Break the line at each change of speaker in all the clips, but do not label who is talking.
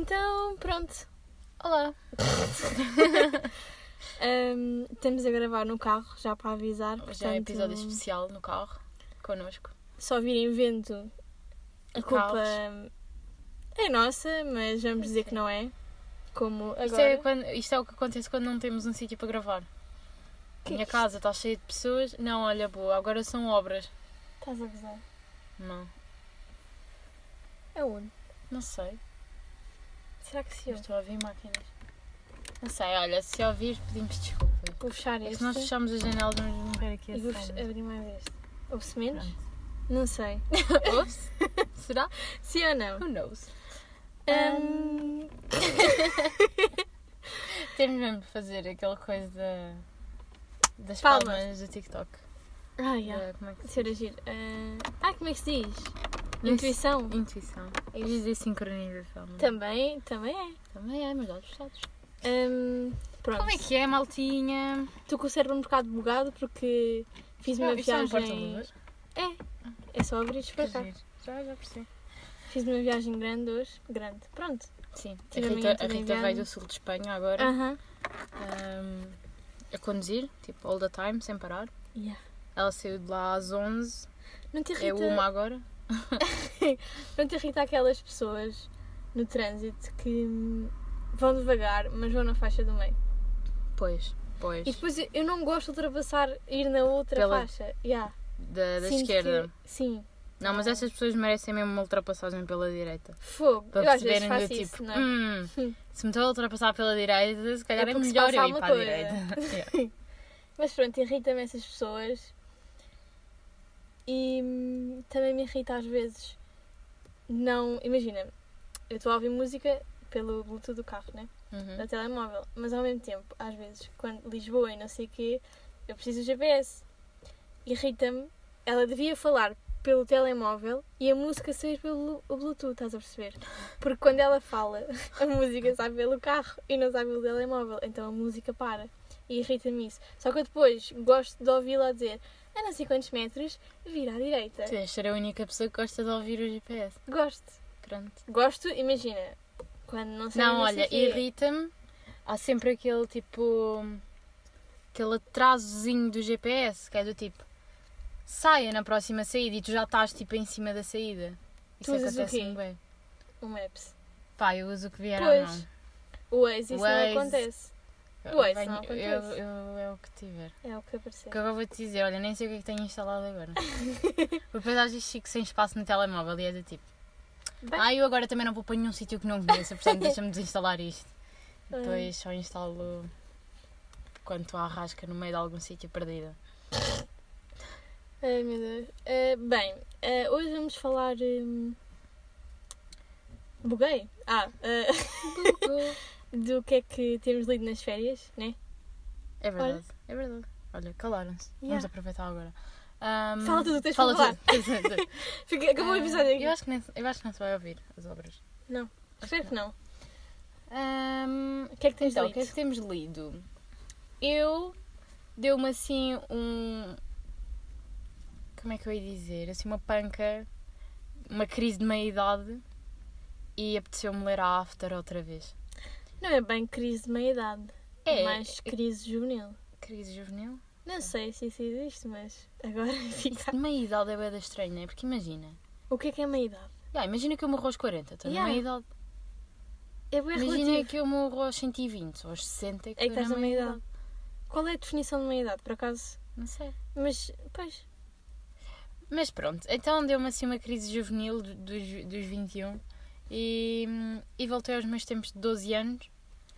Então, pronto. Olá. Ahm, estamos a gravar no carro, já para avisar.
Hoje é um
portanto,
episódio especial no carro, connosco.
Só virem vento, a
E
culpa
caos.
é nossa, mas vamos dizer que não é. Como
Isto é,
agora.
quando- isto é o que acontece quando não temos um sítio para gravar.
Que
Minha
isto?
casa está cheia de pessoas. Não, olha, boa, agora são obras.
Estás a gozar.
Não,
É onde?
não sei.
Será que se
Eu
eu
estou a ouvir máquinas. Não sei, olha, se ouvir, pedimos desculpa.
Vou fechar
É que
este
se nós fecharmos as janelas, vamos morrer aqui
e vou fech-
a
abrir mais este. Ouve-se menos? Não sei.
Ouve-se? Será?
Sim ou não?
Who knows?
Ahm,
Temos mesmo de fazer aquela coisa da- das
Palmas.
palmas. do TikTok.
Ah, yeah.
Da- como é que se
Senhora Giro. Ah, como é que se diz?
Não
Intuição?
Intuição. Eu ia
Isso.
dizer sincronização. mas
Também, também é.
Também é, mas olhos fechados.
Ahm, pronto.
Como é que é, maltinha?
Estou com o cérebro um bocado bogado porque fiz uma
isto é um
viagem.
porta-luvas?
É só abrir isto para
Que
cá.
giro. Já, já percebi.
Fiz uma viagem grande hoje. Grande. Pronto.
Sim, a
Tive a
Rita,
minha
a Rita
também
veio
grande.
do sul de Espanha agora
Aham. Ah.
ahm, a conduzir, tipo, all the time, sem parar.
Yeah.
Ela saiu de lá às 11,
Não te
é
irrita.
uma agora.
Não te irrita aquelas pessoas no trânsito que hum, vão devagar, mas vão na faixa do meio.
Pois, pois,
E depois eu- eu não gosto de ultrapassar, ir na outra
Pela-
faixa. Yeah.
da, da
Sinto
esquerda.
que- Sim.
Não, mas
Ah.
essas pessoas merecem mesmo uma ultrapassagem pela direita.
Fogo.
Para
eu às vezes
perceberem
faço
do tipo,
isso, não é?
"Hum,
Hum.
se me estou a ultrapassar pela direita, se calhar
É
é,
porque se
melhor
passa
eu ir
alguma
para a
coisa."
direita. Yeah.
Mas pronto, irrita-me essas pessoas. E hum, também me irrita às vezes. Não. Imagina, eu estou a ouvir música pelo Bluetooth do carro, né?
Uhum.
No telemóvel. Mas ao mesmo tempo, às vezes, quando Lisboa e não sei o quê, eu preciso do GPS. Irrita-me. Ela devia falar pelo telemóvel e a música sair pelo o Bluetooth, estás a perceber? Porque quando ela fala, a música sai pelo carro e não sai pelo telemóvel, então a música para. E irrita-me isso. Só que eu depois gosto de ouvi-la dizer a não sei quantos metros, vira à direita.
Tu és ser a única pessoa que gosta de ouvir o GPS.
Gosto.
Pronto.
Gosto, imagina, quando não sei
não,
sei
olha,
o quê.
irrita-me. Há sempre aquele tipo. aquele atrasozinho do GPS, que é do tipo. saia na próxima saída e tu já estás tipo em cima da saída. Isso
Tu usas o
acontece-me
quê?
bem.
O um Maps.
Pá, eu uso o que vier à
Pois.
mão.
O Waze, isso
Waze.
não acontece.
Eu
Ué, isso
venho-
não acontece.
eu, eu- é o que tiver.
É o que
O
apareceu.
que agora vou te dizer, olha, nem sei o que é que tenho instalado agora. Porque depois às vezes fico sem espaço no telemóvel e é do tipo.
Bem.
Ah, eu agora também não vou pôr nenhum sítio que não conheça, portanto deixa-me desinstalar isto. E
Ai.
Depois só instalo quando estou à rasca no meio de algum sítio perdida.
Ai meu Deus. Ah, bem, ah, hoje vamos falar. hum, Buguei? Ah, ah, do que é que temos lido nas férias, né?
É verdade, é verdade. Olha, calaram-se. Vamos
Yeah.
aproveitar agora. Ahm,
Fala tudo o que tens
fala
para
tudo, tudo, tudo.
Fica, acabou o episódio
Ah,
aqui.
Eu acho, que nem- eu acho que não se vai ouvir as obras.
Espero que não.
Ahm,
O que é que tens
Então, o
lido?
que é que temos lido? Eu deu-me assim um. Como é que eu ia dizer? Assim, uma panca, uma crise de meia-idade e apeteceu-me ler a After outra vez.
Não é bem crise de meia-idade, é
É,
mais crise juvenil.
crise juvenil?
Não sei se isso existe, mas agora fica.
De meia-idade é bem estranho, não é? Porque imagina.
O que é que é meia-idade?
Ya, imagina que eu morro aos 40, estou
Ya,
na meia-idade.
É bem
Imagina
relativo.
que eu morro aos 120, aos 60, que
É que
estou
estás
na
na
meia-idade.
meia-idade. Qual é a definição de meia-idade, por acaso?
Não sei.
Mas, pois,
Mas pronto, então deu-me assim uma crise juvenil do- dos, dos 21 e, e voltei aos meus tempos de 12 anos.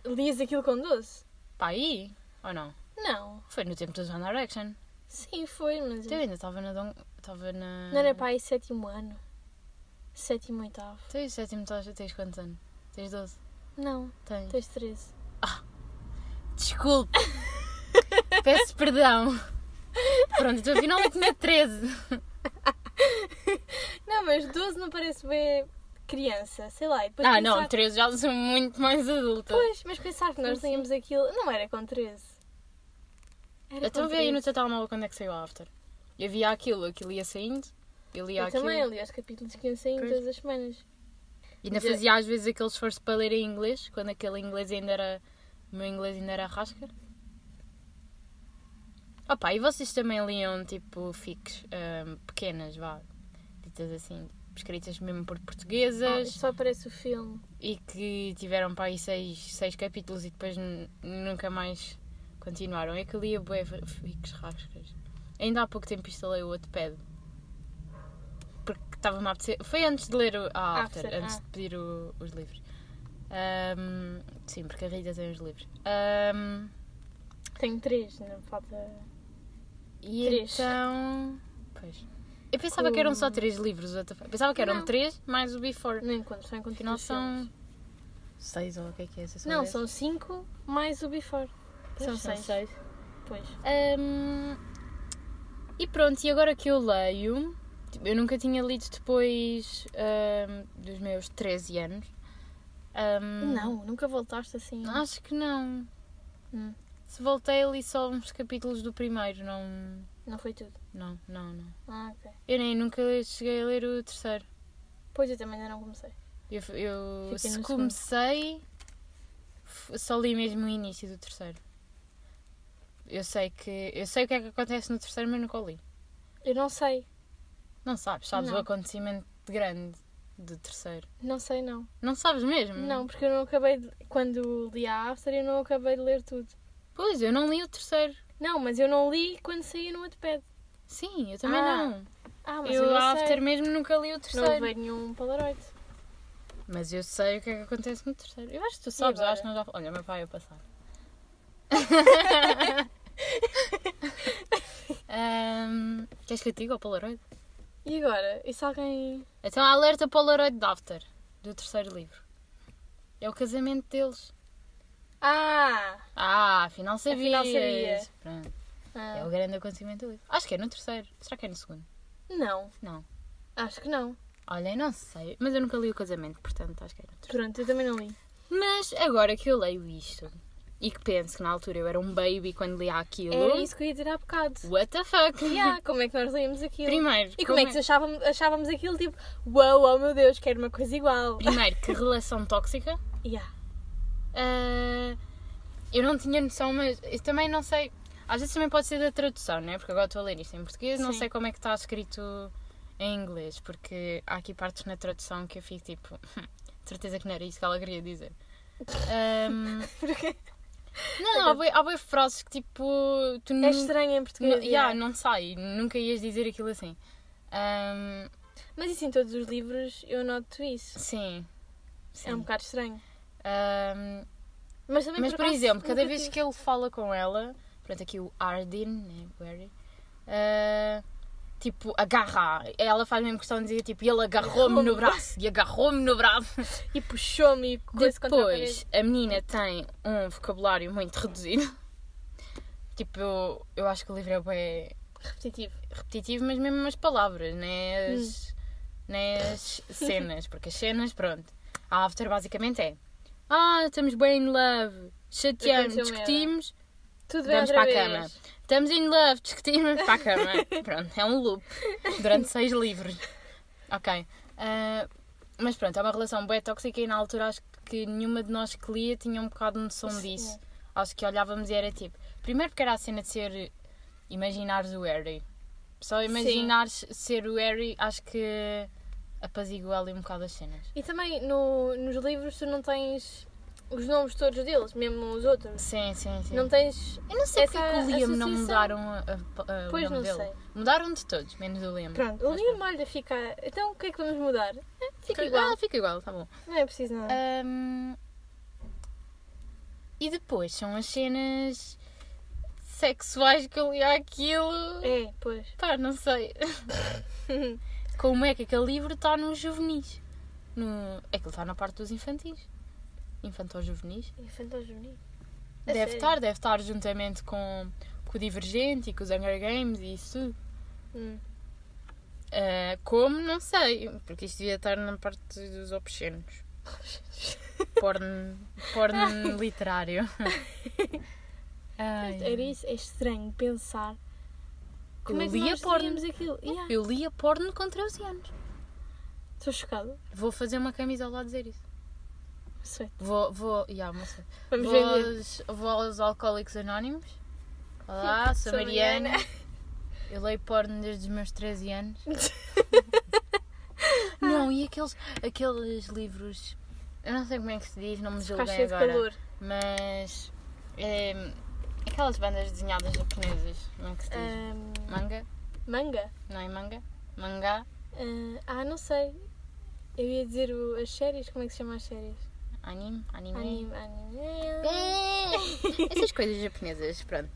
lias aquilo com 12?
Pá, aí? Ou não?
Não.
Foi no tempo dos One Direction.
Sim, foi, mas.
Então eu ainda estava na. Don- Estava na.
Não era para aí sétimo ano. Sétimo, oitavo.
Tens sétimo, estás- tens quantos anos? Tens 12?
Não,
Tens.
tens 13.
Desculpe! Peço perdão! Pronto, então afinal eu tinha 13.
Não, mas 12 não parece bem criança, sei lá. E depois
Ah,
pensar...
não, 13 já sou muito mais adulta.
Pois, mas pensar que nós
Sim.
tínhamos aquilo. Não era com 13. Era
Então
com
vê aí
13.
no teu telemóvel quando é que saiu a After. Eu via aquilo, aquilo ia saindo, eu lia
Eu
aquilo.
também li os capítulos que iam saindo
Pois.
todas as semanas.
E ainda
Já-
fazia às vezes aquele esforço para ler em inglês, quando aquele inglês ainda era. O meu inglês ainda era rasca. Opa, e vocês também liam tipo fics ahm, pequenas, vá, ditas assim, escritas mesmo por
Ah,
portuguesas
só aparece o filme.
e que tiveram para aí seis, seis capítulos e depois nu- nunca mais continuaram. É que eu lia bué f- fics rascas. Ainda há pouco tempo instalei o Wattpad. Porque estava-me a apetecer. Foi antes de ler o a After,
After,
antes
ah.
de pedir o- os livros. Ahm, sim, porque a Rita tem os livros. Ahm,
Tenho três, não falta.
e
Três.
então. Pois. Eu pensava que eram só três livros. what the fuck. Pensava que eram
Não.
três mais o Before.
Não encontro, só encontro
Afinal
três filmes.
são. Seis ou o que é que é? Se
Não,
dez?
são cinco mais o before.
Pois,
são seis. Pois.
Hum, e pronto, e agora que eu leio, tipo, eu nunca tinha lido depois hum, dos meus 13 anos. Hum,
Não, nunca voltaste assim.
Acho que não.
Hum.
Se voltei, li só uns capítulos do primeiro, não.
Não foi tudo.
Não, não, não.
Ah, ok.
Eu nem nunca cheguei a ler o terceiro.
Pois eu também ainda não comecei.
Eu, eu-
Fiquei
se
no segundo.
comecei, f- só li mesmo o início do terceiro. Eu sei que eu sei o que é que acontece no terceiro, mas nunca o li.
Eu não sei.
Não sabes, sabes o
Não.
acontecimento grande do terceiro.
Não sei, não.
Não sabes mesmo?
Não, porque eu não acabei de. Quando li a After, eu não acabei de ler tudo.
Pois, eu não li o terceiro.
Não, mas eu não li quando saí no Wattpad.
Sim, eu também
Ah,
não.
Ah, mas eu,
eu,
não
after
sei.
mesmo nunca li o
Não
terceiro.
levei nenhum Polaroid.
Mas eu sei o que é que acontece no terceiro. Eu acho que tu sabes, eu
agora?
acho que não já. Olha, meu pai ia passar. Ahm, queres que eu te diga o Polaroid?
E agora? E se alguém.
Então, alerta Polaroid de After, do terceiro livro. É o casamento deles.
Ah!
Ah, afinal sabias.
Afinal sabia.
Pronto.
Ah,
É o grande acontecimento do livro. Acho que é no terceiro. Será que é no segundo?
Não,
Não.
acho que não.
Olha, eu não sei. Mas eu nunca li o casamento, portanto acho que é no terceiro.
Pronto, eu também não li.
Mas agora que eu leio isto e que penso que na altura eu era um baby quando lia aquilo.
Era É isso que eu ia dizer há bocado.
What the fuck?
Yeah, como é que nós lemos aquilo?
Primeiro,
E como, é que achávamos, achávamos aquilo tipo, uau, oh meu Deus, quero uma coisa igual.
Primeiro, que relação tóxica.
Yeah.
Ah, eu não tinha noção, mas eu também não sei. Às vezes também pode ser da tradução, né? Porque agora estou a ler isto em português, não
Sim.
sei como é que está escrito em inglês, porque há aqui partes na tradução que eu fico tipo, de certeza que não era isso que ela queria dizer. Ahm,
Porque
não, há boi- há boi frases que tipo, tu
é
não,
estranho em português.
não,
yeah.
yeah, não sai, nunca ias dizer aquilo assim. Ahm,
Mas isso em todos os livros eu noto isso.
sim, sim.
É um bocado estranho.
Ahm,
Mas também
Mas, por
acaso,
exemplo, cada
nunca
vez
tive.
que ele fala com ela, pronto, aqui o Ardin, né? Barry, ah, tipo, agarra. Ela faz mesmo questão de dizer, tipo, ele agarrou-me
Agarrou-me.
no braço. E agarrou-me no braço.
E puxou-me e coisa contra a parede.
Depois, a menina tem um vocabulário muito reduzido. Tipo, eu, eu acho que o livro é bem
Repetitivo.
repetitivo, mas mesmo as palavras, né?
Hum.
As, né? as cenas. Porque as cenas, pronto. A after basicamente é. Ah, estamos bem in love. Chateamos,
Aconteceu merda."
discutimos.
Tudo bem
Vamos
outra
para a
vez.
Estamos in love, discutimos para a cama. Pronto, é um loop durante seis livros. Ok. ah, mas pronto, é uma relação bem tóxica e na altura acho que nenhuma de nós que lia tinha um bocado de noção
Sim.
disso. Acho que olhávamos e era tipo. Primeiro porque era a cena de ser. Imaginares o Harry. Só imaginares ser o Harry, acho que apazigua ali um bocado as cenas.
E também no, nos livros tu não tens os nomes todos deles, mesmo os outros.
Sim, sim, sim.
Não tens.
Eu não sei
essa
porque o Liam não
associação-
mudaram a, a- a-
Pois,
o nome
não
dele. Hum.
sei.
Mudaram de todos, menos o Liam.
Pronto, o
Mas
livro olha, fica. Então o que é que vamos mudar? Eh, Fica
Ah,
igual.
fica igual, tá bom.
Não é preciso nada.
Ahm, e depois são as cenas sexuais que eu li àquilo.
É, pois.
Pá, não sei. Como é que aquele livro está nos juvenis? No... Aquilo está na parte dos infantis. Infantos juvenis.
Infantil juvenil. A
é Deve
sério?
estar, deve estar juntamente com, com o Divergente e com os Hunger Games e isso tudo.
Hum.
Ah, como? Não sei. Porque isto devia estar na parte dos obscenos. Porno, porno literário. Ai.
Era isso, é estranho pensar. Como
Eu
é que
lia
nós
porno.
tínhamos aquilo? Yeah.
Eu lia porno com 13 anos.
Tu Estou chocada.
Vou fazer uma camisola a dizer isso.
Sweat.
Vou, vou, yeah, uma sweat.
Vamos
vou,
vender.
aos, vou aos Alcoólicos Anónimos. Olá, sou,
Sou
Mariana.
Mariana.
Eu leio porno desde os meus 13 anos. não, e aqueles, aqueles livros. Eu não sei como é que se diz, não me
Faz
julguem
cheio de
agora.
calor.
Mas. ehm, aquelas bandas desenhadas japonesas, como é que se diz?
Ahm,
Manga?
manga?
Não é manga? Mangá?
Ah, ah, não sei. Eu ia dizer o- as séries. Como é que se chama as séries?
Anime? Anime?
Anime, anime.
Eh, Essas coisas japonesas, pronto.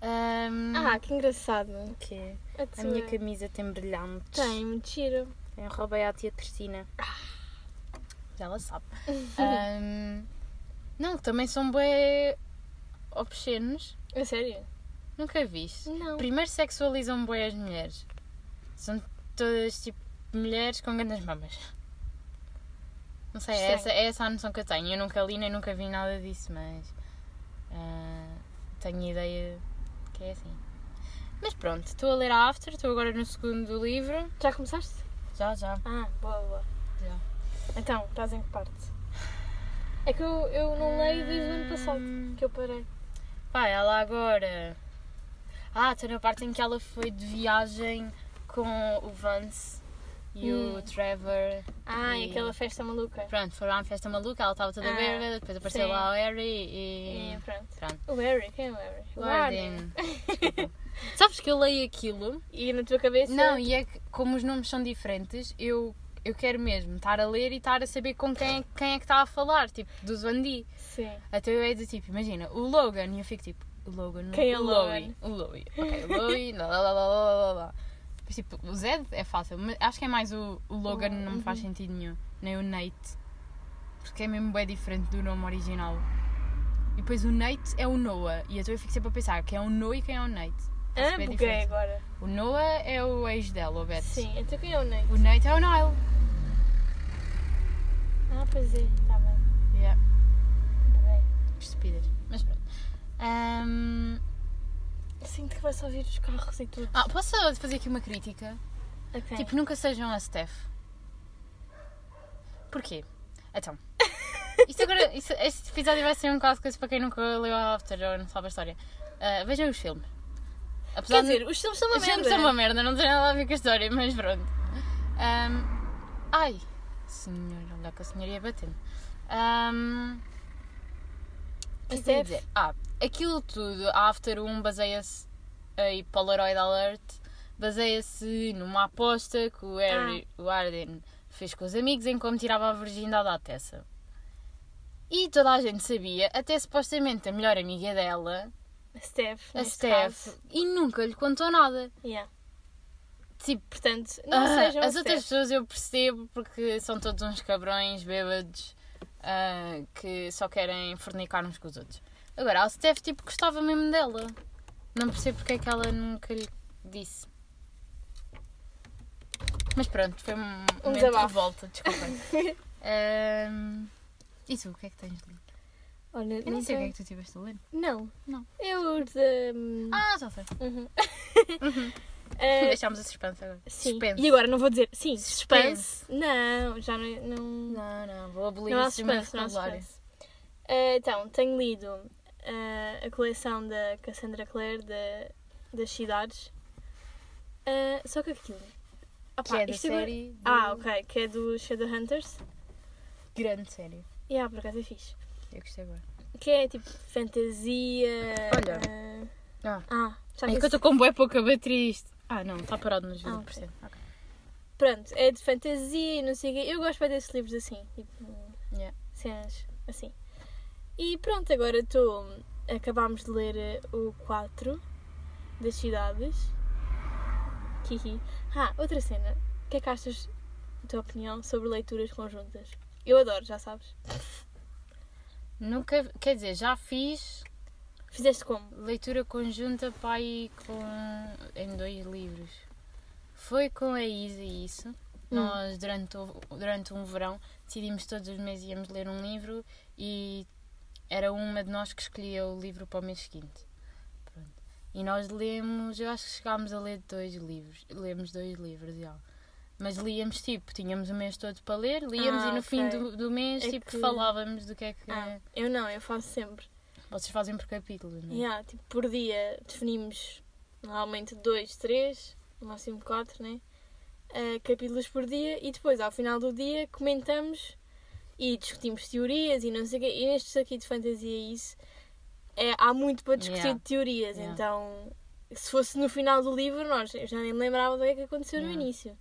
Ahm,
Ah, que engraçado.
que
A,
a
tua...
minha camisa tem brilhantes.
Tem, muito giro.
Eu roubei à é tia Cristina. Ela sabe. Ahm, não, também são bué obscenos.
A sério?
Nunca viste.
Não.
Primeiro sexualizam bué as mulheres. São todas tipo mulheres com grandes mamas. Não sei,
Estranho.
é essa, é essa a noção que eu tenho. Eu nunca li nem nunca vi nada disso, mas ah, tenho ideia que é assim. Mas pronto, estou a ler a After, estou agora no segundo livro.
Já começaste?
Já, já.
Ah, boa, boa.
Já.
Então, estás em que parte? É que eu, eu não leio desde o ano passado.
Hum.
Que eu parei.
Pá, ela agora. Ah, estou na parte em que ela foi de viagem com o Vance e o
Hum.
Trevor.
Ah, e
E-
aquela festa maluca.
Pronto, foram à festa maluca, ela estava toda
Ah,
bêbada, depois apareceu
sim.
lá o Harry
E
e.
É, pronto.
Pronto.
O Harry, quem é o Harry? O Harry.
Guardem. Desculpa. Sabes que eu leio aquilo?
E na tua cabeça?
Não, e é que como os nomes são diferentes, eu, eu quero mesmo estar a ler e estar a saber com quem, quem é que está a falar, tipo, do Zandi.
Sim.
Até eu é do tipo, imagina, o Logan, e eu fico tipo, o Logan,
Quem é
o
o Logan?
Logan? O Louie. Ok, o Louie, lá, lá, lá, lá, lá, lá, lá. Mas tipo, o Zed é fácil, mas acho que é mais o, o Logan,
O-
não me faz sentido nenhum. Nem o Nate. Porque é mesmo bem diferente do nome original. E depois o Nate é o Noah, e então eu fico sempre a pensar quem é o Noah e quem é o Nate.
Ah,
bem
buguei
diferente.
agora.
O Noah é o ex dela, o Beth.
Sim, então quem é o Nate?
O Nate é o Nile.
Ah, pois é, está bem.
Yeah.
Buguei.
Estupidez. Mas pronto. Ahm,
Sinto que vai-se ouvir os carros e tudo.
ah, posso fazer aqui uma crítica?
Ok.
Tipo, nunca sejam a Steph. Porquê? Então. Isto agora, isto- este episódio vai ser um caso coisa para quem nunca leu a After ou não sabe a história. Ah, vejam os filmes. Apesar
Quer dizer, os filmes são uma
os filmes
merda.
são uma merda, não tem nada a ver com a história, mas pronto. Ahm, ai, senhora, olha que a senhora ia batendo. Ahm, o que é que eu
Steph?
ia dizer? Ah, aquilo tudo, a After 1 baseia-se e Polaroid Alert baseia-se numa aposta que o, Harry,
Ah.
o Arden fez com os amigos em como tirava a virgindade à Tessa. E toda a gente sabia, até supostamente a melhor amiga dela,
Steph.
a
neste
Steph,
caso.
e nunca lhe contou nada.
Yeah.
Tipo,
Portanto, não
ah,
sejam
as
a
outras
Steph.
pessoas eu percebo porque são todos uns cabrões bêbados ah, que só querem fornicar uns com os outros. Agora, a Steph tipo gostava mesmo dela. Não percebo porque é que ela nunca lhe disse. Mas pronto, foi um, momento de
desabafo.
revolta, desculpem. Ahm, e tu, o que é que tens de ler?
Olha,
Eu nem sei o que é
sei.
que tu tiveste a ler.
Não.
Não.
Eu de. hum,
Ah, já sei.
uhum.
Deixámos
Eh,
a suspense agora.
sim.
Suspense.
E agora não vou dizer. Sim,
Suspense.
suspense. Não, já não. é- Não,
Não, não, vou abolir
não há
isso do meu
suspense, não há
vocabulário.
suspense. Eh, então, tenho lido eh, a coleção da Cassandra Clare da- das cidades. Eh, só que aquilo.
Que
Opá,
é da
isto agora-
série. do-
Ah, ok, que é do Shadowhunters.
Grande série.
E yeah, por acaso é fixe.
Eu gostei agora.
Que é tipo fantasia.
Olha.
eh,
Ah.
ah, já
É que eu estou com bué pouca bateria isto. Ah, não, está parado nos 20%.
Ah, ok. Pronto, é de fantasia e não sei o quê. Eu gosto bem desses livros assim, tipo,
Yeah.
cenas assim. E pronto, agora estou. Acabámos de ler eh, o 4 das cidades. Kiki. Ah, outra cena. O que é que achas da tua opinião sobre leituras conjuntas? Eu adoro, já sabes.
Nunca, quer dizer, já fiz
Fizeste como?
leitura conjunta pai com em dois livros. Foi com a Isa isso.
Hum.
Nós durante, o- durante um verão decidimos todos os meses íamos ler um livro e era uma de nós que escolhia o livro para o mês seguinte. Pronto. E nós lemos, eu acho que chegámos a ler dois livros. Lemos dois livros, já. Mas líamos tipo, tínhamos o mês todo para ler, líamos
Ah,
e no
ok.
fim do, do mês
É
tipo
que-
falávamos do que é que
Ah, eu não, eu faço sempre.
vocês fazem por capítulos, não é?
Yeah, tipo, por dia definimos normalmente dois, três, no máximo quatro, né? Ah, capítulos por dia e depois, ao final do dia, comentamos e discutimos teorias e não sei o quê. E nestes aqui de fantasia e isso, é, há muito para discutir
Yeah.
de teorias.
Yeah.
Então, se fosse no final do livro, nós, eu já nem me lembrava do que é que aconteceu no
Yeah.
início.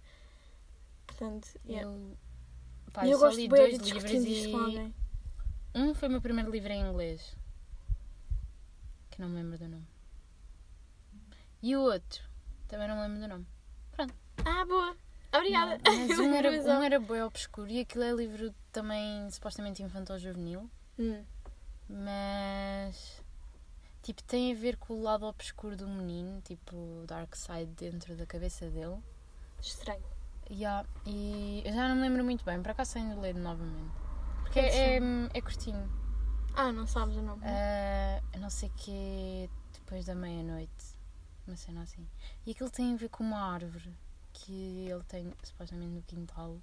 Portanto, yeah.
Eu, pá,
E
eu,
eu
só
gosto
li
bué de
dois
discutir
livros
isto com
e
alguém.
um foi o meu primeiro livro em inglês. Que não me lembro do nome. E o outro, também não me lembro do nome.
Ah, boa! Obrigada!
Não, mas um era,
Improvisou.
um era bem obscuro e aquilo é livro também supostamente infantil juvenil.
Hum.
Mas tipo tem a ver com o lado obscuro do menino, tipo o dark side dentro da cabeça dele.
Estranho.
Ya, E eu já não me lembro muito bem, para cá tenho de ler novamente. Porque
Qual
é, é, é curtinho.
Ah, não sabes o nome.
Ah, a não ser que depois da meia-noite, uma cena assim. E aquilo tem a ver com uma árvore que ele tem supostamente no quintal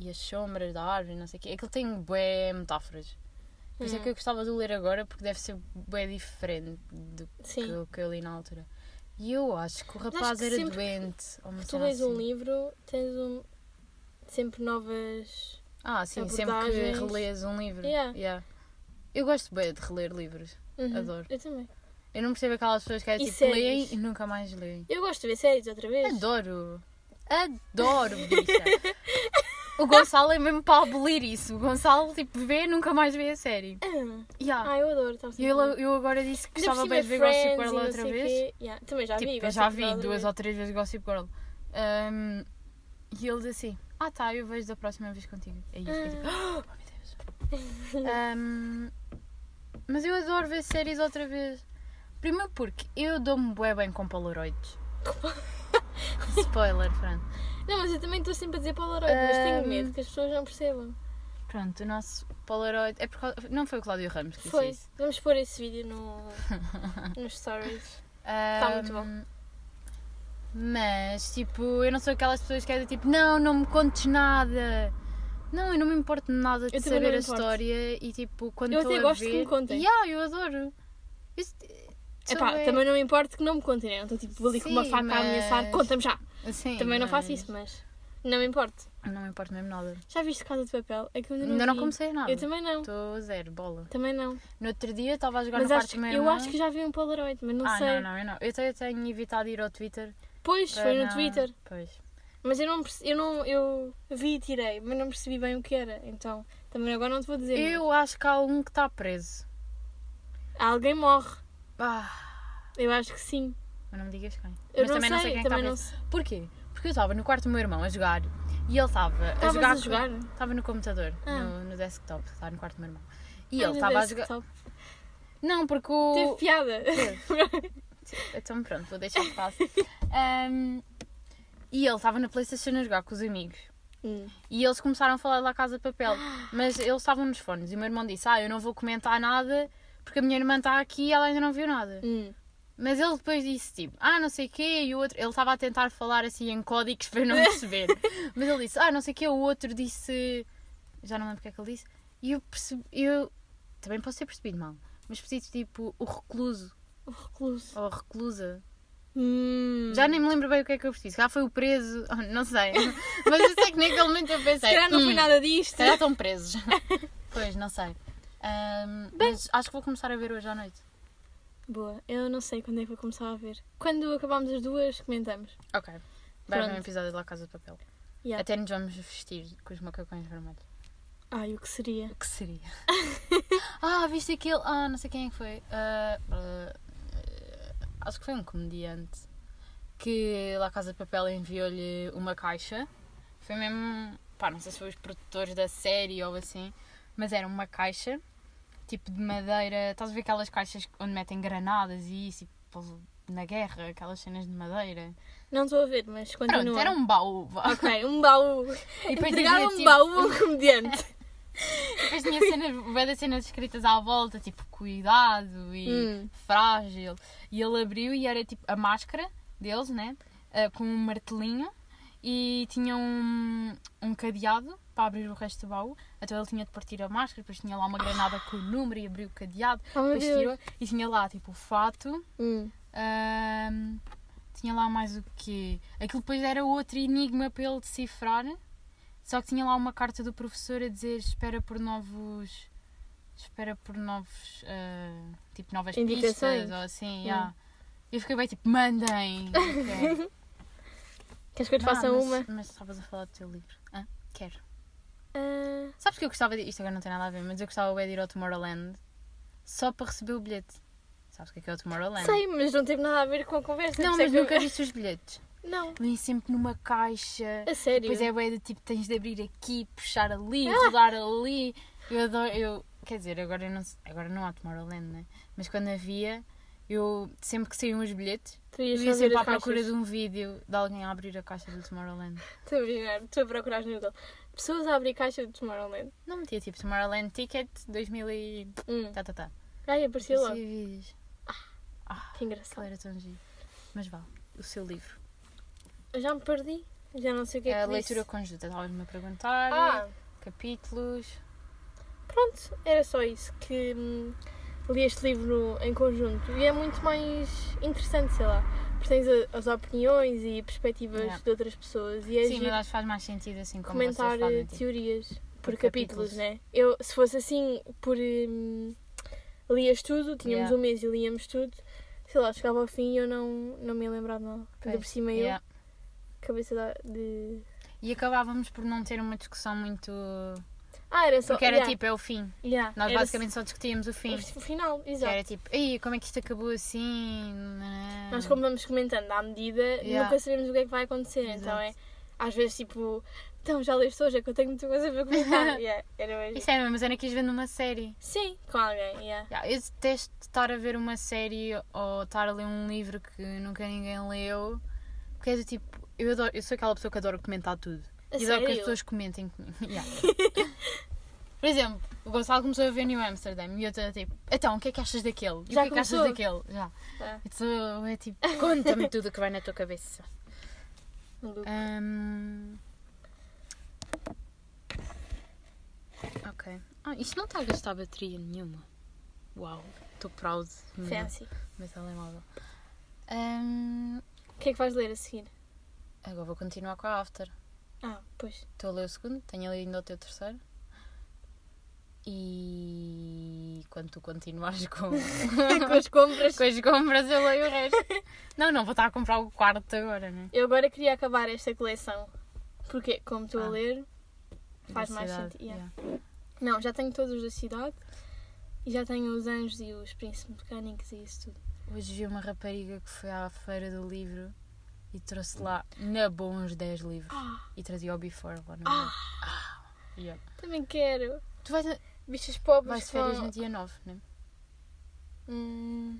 e as sombras da árvore, não sei o quê. Aquilo tem bué metáforas. Por isso é
Hum.
que eu gostava de o ler agora porque deve ser bué diferente do que
Hum, Sim.
eu, que eu li na altura. E eu acho que o
acho
rapaz
que
era
sempre
doente. ou uma
Tu
cena
lês um
assim.
livro, tens um... sempre novas.
Ah, sim, sempre que
abordagens.
relês um livro.
Yeah.
Yeah. Eu gosto bem de reler livros.
Uhum,
Adoro.
Eu também.
Eu não percebo aquelas pessoas que é
E
tipo
séries?
leem e nunca mais leem.
Eu gosto de ver séries outra vez.
Adoro! Adoro, bicha! O Gonçalo é mesmo para abolir isso. O Gonçalo, tipo, vê nunca mais vê a série.
Ah,
Yeah.
Ah, eu adoro. Estava
E eu, eu agora disse que gostava bem de ver Gossip Girl outra vez.
Yeah. Também já vi.
Tipo, eu
Gossip
já
Girl
vi
outra
duas
vez.
ou três vezes Gossip Girl. Um, e ele diz assim: Ah tá, eu vejo da próxima vez contigo. Aí eu fiquei tipo: Oh meu Deus! Um, mas eu adoro ver séries outra vez. Primeiro porque eu dou-me bué bem com polaroids. Spoiler, pronto.
Não, mas eu também estou sempre a dizer Polaroid, mas tenho
Ahm.
medo que as pessoas não percebam.
Pronto, o nosso polaroid. É por causa- Não foi o Cláudio Ramos que
Foi.
disse isso.
Vamos pôr esse vídeo no... nos stories.
Está
Tá muito bom.
Mas, tipo, eu não sou aquelas pessoas que é do tipo, não, não me contes nada. Não, eu não me importo de nada de
Eu também
saber
não me
a
importo.
história e tipo, quando
Eu
estou
até
a
gosto
ver...
que me contem.
Yeah, eu adoro. Eu, sou-
Epá,
sou bué-
também não me importa que não me contem, né? não estou tipo ali com uma
Sim,
faca a
mas-
ameaçar, conta-me já.
Sim,
também não faço
assim, mas
isso, mas não me importo.
Não me importo mesmo nada.
Já viste Casa de Papel? É que eu ainda não,
Ainda não
vi.
comecei nada.
Eu também não.
Estou zero, bola.
Também não.
No outro dia estava a jogar
mas
no
acho
quarto
que,
do meu
eu
irmão.
acho que já vi um Polaroid, mas não
é? ah,
sei.
não, não, eu não. Eu te- eu tenho evitado ir ao Twitter.
Pois,
para
foi no
não-
Twitter.
Pois.
Mas eu não perce- eu não eu vi e tirei, mas não percebi bem o que era. Então, também agora não te vou dizer.
Eu acho que há um que está preso.
Alguém morre.
Ah...
Eu acho que sim.
Mas não me digas quem.
Eu
mas
não,
também
sei,
não sei quem é que
também
estava
não
a
sei.
ver. Porquê? Porque eu estava no quarto do meu irmão a jogar e ele estava a
Estavas
jogar.
a jogar?
Estava no computador,
Ah.
no, no desktop, estava no quarto do meu irmão. E
Ai,
ele
no
estava a jogar.
desktop.
Não, porque o.
Teve piada.
Então pronto, vou deixar de passo. Ahm, e ele estava na PlayStation a jogar com os amigos.
Hum.
E eles começaram a falar da Casa de Papel. Mas eles estavam nos fones. E o meu irmão disse: Ah, eu não vou comentar nada porque a minha irmã está aqui e ela ainda não viu nada.
Hum.
Mas ele depois disse tipo, ah, não sei o quê, e o outro. Ele estava a tentar falar assim em códigos para eu não perceber. Mas ele disse, ah, não sei o quê, o outro disse. Já não lembro o que é que ele disse. E eu percebi. Eu também posso ter percebido mal, mas preciso tipo o recluso
O recluso.
ou a reclusa.
Hum.
Já nem me lembro bem o que é que eu preciso. Já foi o preso, oh, não sei. mas eu sei que naquele momento eu pensei.
Se calhar não foi
"Hum,
nada disto.
se calhar estão presos. pois, não sei. Ahm, mas acho que vou começar a ver hoje à noite.
Boa. Eu não sei quando é que vou começar a ver. Quando acabarmos as duas, comentamos.
Ok. Vai haver um
Pronto.
episódio de La Casa de Papel.
Yeah.
Até nos vamos vestir com os macacões vermelhos.
Ai, o que seria?
O que seria? ah, viste aquele. Ah, não sei quem é que foi. Ah, ah, ah, acho que foi um comediante que lá Casa de Papel enviou-lhe uma caixa. Foi mesmo. Pá, não sei se foi os produtores da série ou assim, mas era uma caixa tipo de madeira. Estás a ver aquelas caixas onde metem granadas e isso, e pô- na guerra, aquelas cenas de madeira.
Não estou a ver, mas continua.
Pronto, era um baú. vá.
Ok, um baú.
E depois
Entregaram um
dizia, tipo,
baú a um comediante.
Depois tinha cenas, bué de cenas escritas à volta, tipo cuidado e
Hum.
frágil. E ele abriu e era tipo a máscara deles, né? Ah, com um martelinho. e tinha um, um cadeado para abrir o resto do baú. Então ele tinha de partir a máscara, depois tinha lá uma granada com o número e abriu o cadeado.
Oh, meu
Depois
Deus.
tirou e tinha lá tipo o fato.
Hum.
ahm, tinha lá mais o quê? Aquilo depois era outro enigma para ele decifrar. Só que tinha lá uma carta do professor a dizer espera por novos. Espera por novos. ah, tipo novas
Indicações.
pistas ou assim.
Hum.
yeah. Eu fiquei bem tipo, mandem! Ok.
Queres que eu te faça
Não,
uma?
Ah, mas- Mas estavas a falar do teu livro. Hã? Quero.
Ah,
Sabes que eu gostava de. Isto agora não tem nada a ver, mas eu gostava bué de ir ao Tomorrowland só para receber o bilhete. Sabes o que é que é o Tomorrowland?
sei, mas não teve nada a ver com a conversa.
Não,
por
mas
isso é que
nunca
eu-
viste os bilhetes.
Não,
Vêm sempre numa caixa.
a sério.
Depois é bué de tipo, tens de abrir aqui, puxar ali,
Ah.
rodar ali. Eu adoro. Eu, quer dizer, agora, eu não, sei- agora não há Tomorrowland, né? Mas quando havia, eu sempre que saíam os bilhetes,
tu
eu
ias
ia
fazer
sempre
as
à procura
caixas.
de um vídeo de alguém a abrir a caixa do Tomorrowland.
Estou a brincar, estou a procurar no Google. Pessoas a abrir caixa de Tomorrowland.
Não metia tipo Tomorrowland Ticket 2000 e...
Hum.
Tá, tá, tá.
Ai, apareceu
Parecia
logo.
vídeos. Ah,
Que
aquilo
engraçado.
era tão giro. Mas vá, o seu livro.
Eu já me perdi. Já não sei o que é
a
que disse.
leitura conjunta, estavas-me a perguntar.
Ah,
Capítulos.
pronto. Era só isso. Que hum, li este livro em conjunto. E é muito mais interessante, sei lá. Porque tens a- as opiniões e perspectivas
Yeah.
de outras pessoas. E é
Sim,
giro
mas acho que faz mais sentido assim como
comentar
vocês fazem.
eh,
Tipo,
teorias por,
por
capítulos,
capítulos.
né? Eu, se fosse assim, por. hum, lias tudo, tínhamos
Yeah.
um mês e líamos tudo, sei lá, chegava ao fim e eu não, não me ia lembrar de nada. Ainda por
Pois,
cima
yeah.
eu, cabeça da- de.
E acabávamos por não ter uma discussão muito...
Ah, era só.
Porque era
yeah,
tipo, é o fim.
yeah,
Nós
era
basicamente só discutíamos o fim.
só- O final,
Que
exato.
era tipo, Ei, como é que isto acabou assim? Nanã.
Nós, como vamos comentando à medida,
Yeah.
nunca sabemos o que é que vai acontecer, então é.
Exato.
Às vezes, tipo, então já leste hoje, é que eu tenho muita coisa para comentar. yeah, era mesmo.
Isso é mesmo, mas era que ias vendo uma série.
Sim, com alguém, yeah.
Ya, eu detesto estar a ver uma série ou estar a ler um livro que nunca ninguém leu. Porque é do tipo, eu, adoro, eu sou aquela pessoa que adoro comentar tudo.
A
e adoro que as
sério?
pessoas comentem comigo. Ya. Por exemplo, o Gonçalo começou a ver New Amsterdam e eu estou tipo, então, o que é que achas daquele? E
Já
o que é que achas
começou?
daquele? Já.
Ah.
Eu sou- é tipo, conta-me tudo o que vai na tua cabeça.
Maluco.
Hum. Ok. Ah, isto não está a gastar bateria nenhuma. Uau, estou proud do meu-
Fancy.
meu telemóvel. Hum,
O que é que vais ler a seguir?
Agora vou continuar com a After.
Ah, pois.
Estou a ler o segundo, tenho ali ainda o teu terceiro. E quando tu continuares com,
com as compras.
com as compras, eu leio o resto. Não, não, vou estar a comprar o quarto agora, né?
Eu agora queria acabar esta coleção. Porque, como estou a
Ah.
ler. Faz
Da
mais
cidade,
sentido, yeah. Não, já tenho todos da cidade. E já tenho os anjos e os príncipes mecânicos e isso tudo.
Hoje vi uma rapariga que foi à feira do livro e trouxe lá na boa uns 10 livros
Ah,
e trazia o Before lá no meio.
Ah.
Yeah.
também quero.
Tu vais, a-
Bichas pobres
vais
com-
de férias no dia 9, né?
Hum,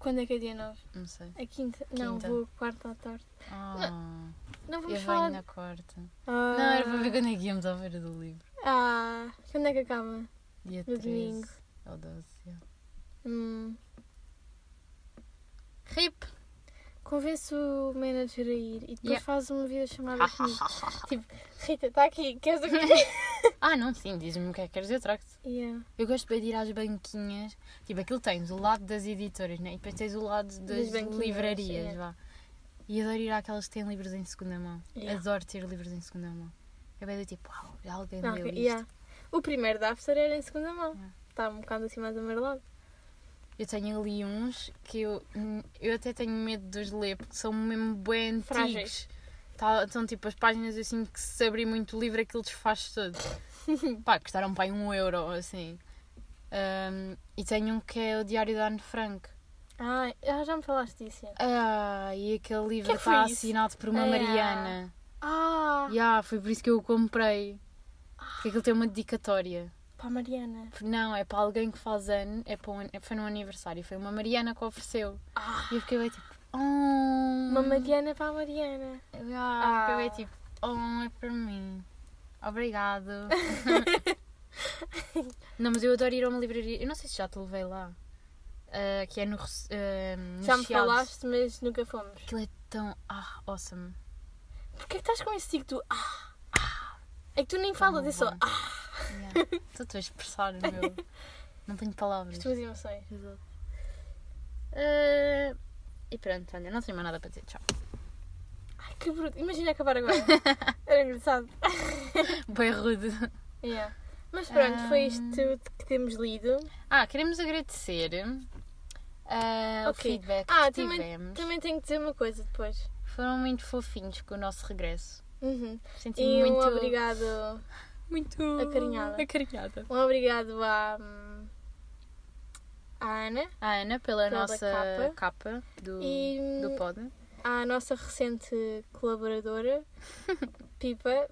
Quando é que é dia 9?
Não sei.
A quinta? Não,
Quinta.
vou quarta à tarde.
Ah,
Não
eu
vamos falar.
venho na quarta.
Ah,
Não, era para ver quando é que íamos à feira do livro.
Ah, quando é que acaba?
Dia
No
13
domingo.
ou 12. yeah.
Hum,
RIP!
convence o manager a ir e depois
Yeah.
faz uma videochamada comigo. tipo, Rita, está aqui, queres o que
ah, não, sim, diz-me o que é que queres, eu trago-te.
Yeah.
Eu gosto bem de ir às banquinhas. Tipo, aquilo tens o lado das editoras, né? E depois tens o lado das,
banquinhas,
livrarias,
é.
vá. E adoro ir àquelas que têm livros em segunda mão.
Yeah.
Adoro ter livros em segunda mão. É bem do tipo, uau, já alguém
Não,
leu
ok,
isto.
yeah. O primeiro da After era em segunda mão.
Yeah.
Está um bocado assim mais amarelado.
Eu tenho ali uns que eu, hum, eu até tenho medo de os ler porque são mesmo bem
Frágeis.
antigos. Tá, são tipo as páginas assim que se abrir muito o livro aquilo desfaz todo. Pá, custaram pá, aí um euro ou assim. Ahm, e tenho um que é o Diário da Anne Frank.
Ah, já, já me falaste disso. é.
Ah, e aquele livro
Que foi
está
isso?
assinado por uma
Ah.
Mariana.
Ah,
Já, foi por isso que eu o comprei. Porque aquilo tem uma dedicatória.
para a Mariana.
Não, é para alguém que faz ano, é para um an- foi num aniversário, foi uma Mariana que ofereceu.
Ah.
E eu fiquei bem tipo, oh, uma
Uma Mariana para a Mariana.
Ah,
Ah.
Fiquei bem tipo, oh, é para mim. Obrigado. não, mas eu adoro ir a uma livraria. Eu não sei se já te levei lá. Ah, que é no, Roce- ah, no
já me
Chiado.
falaste, mas nunca fomos.
Aquilo é tão ah, awesome.
Porquê que estás com esse tico do ah, ah? É que tu nem falas,
não
é só
vai.
ah.
Yeah. Estou-te a expressar o meu. Não tenho palavras.
As tuas emoções.
Exato. Eh, e pronto, olha, não tenho mais nada para dizer. Tchau.
Ai, que bruto. Imagina acabar agora. Era engraçado.
Bem rude.
Yeah. Mas pronto, foi isto
Ahm.
tudo que temos lido.
Ah, queremos agradecer eh, o
Ok.
feedback
Ah,
que tivemos.
Também tenho que dizer uma coisa depois.
Foram muito fofinhos com o nosso regresso.
Uhum.
Senti-me
E
muito,
um obrigado.
muito
acarinhada.
acarinhada.
Um obrigado à, hum, à Ana,
A Ana, pela,
Pela
nossa capa, do,
E-
do pod.
à nossa recente colaboradora, Pipa,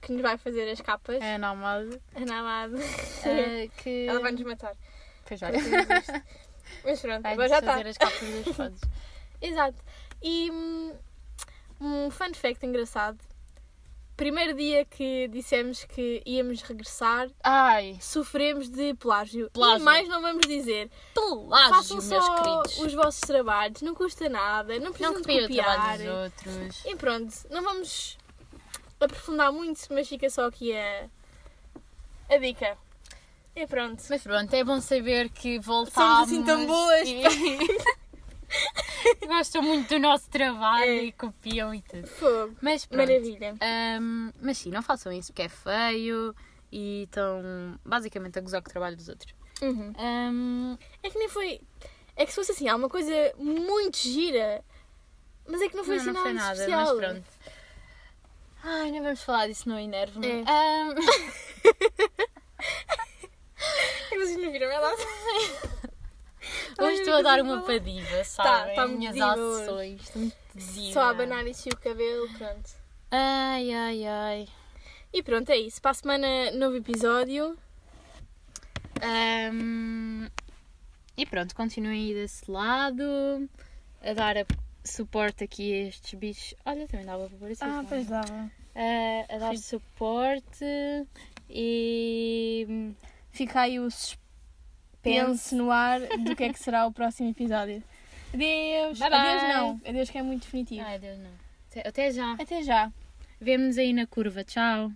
que nos vai fazer as capas.
A Ana Amado.
Ana Amado.
eh, que...
Ela vai nos matar.
Pois
por
olha,
termos isto. Mas pronto, agora
vai
já
fazer
está.
as capas dos pods.
Exato. E hum, um fun fact engraçado. Primeiro dia que dissemos que íamos regressar,
Ai,
sofremos de plágio.
Plágio.
E mais não vamos dizer. Façam
pelágio, meus
só
queridos.
os vossos trabalhos, não custa nada, não precisam
Não
de
copiam o
copiar.
trabalho dos outros.
E pronto, não vamos aprofundar muito, mas fica só aqui a, a dica. E pronto.
Mas pronto, é bom saber que
Somos
voltámos.
assim tão boas.
e- Gostam muito do nosso trabalho
É.
e copiam e tudo.
Fogo.
Mas pronto.
Maravilha.
Ahm, mas sim, não façam isso porque é feio e estão basicamente a gozar com o trabalho dos outros.
Uhum.
Ahm,
É que nem foi. É que se fosse assim, há uma coisa muito gira, mas é que não foi assim
não, não
nada,
foi nada,
especial.
mas pronto. Ai, não vamos falar disso, não enervo-me.
É.
Ahm,
É que vocês não viram ela.
hoje estou a dar uma padiva, sabem?
tá
Minhas
medida hoje.
ações, estou muito medida.
Só a abanar isso e o cabelo, pronto.
Ai, ai, ai.
E pronto, é isso. Para a semana, novo episódio.
Ahm, e pronto, continuem aí desse lado a dar a- suporte aqui a estes bichos. Olha, também dava para aparecer. não é?
dava.
a, a dar suporte e
Fica aí o suspense no ar do que é que será o próximo episódio. Adeus.
Bye, bye.
Adeus não. Adeus que é muito definitivo.
ai Deus não até, até já
Até já.
vemo-nos aí na curva tchau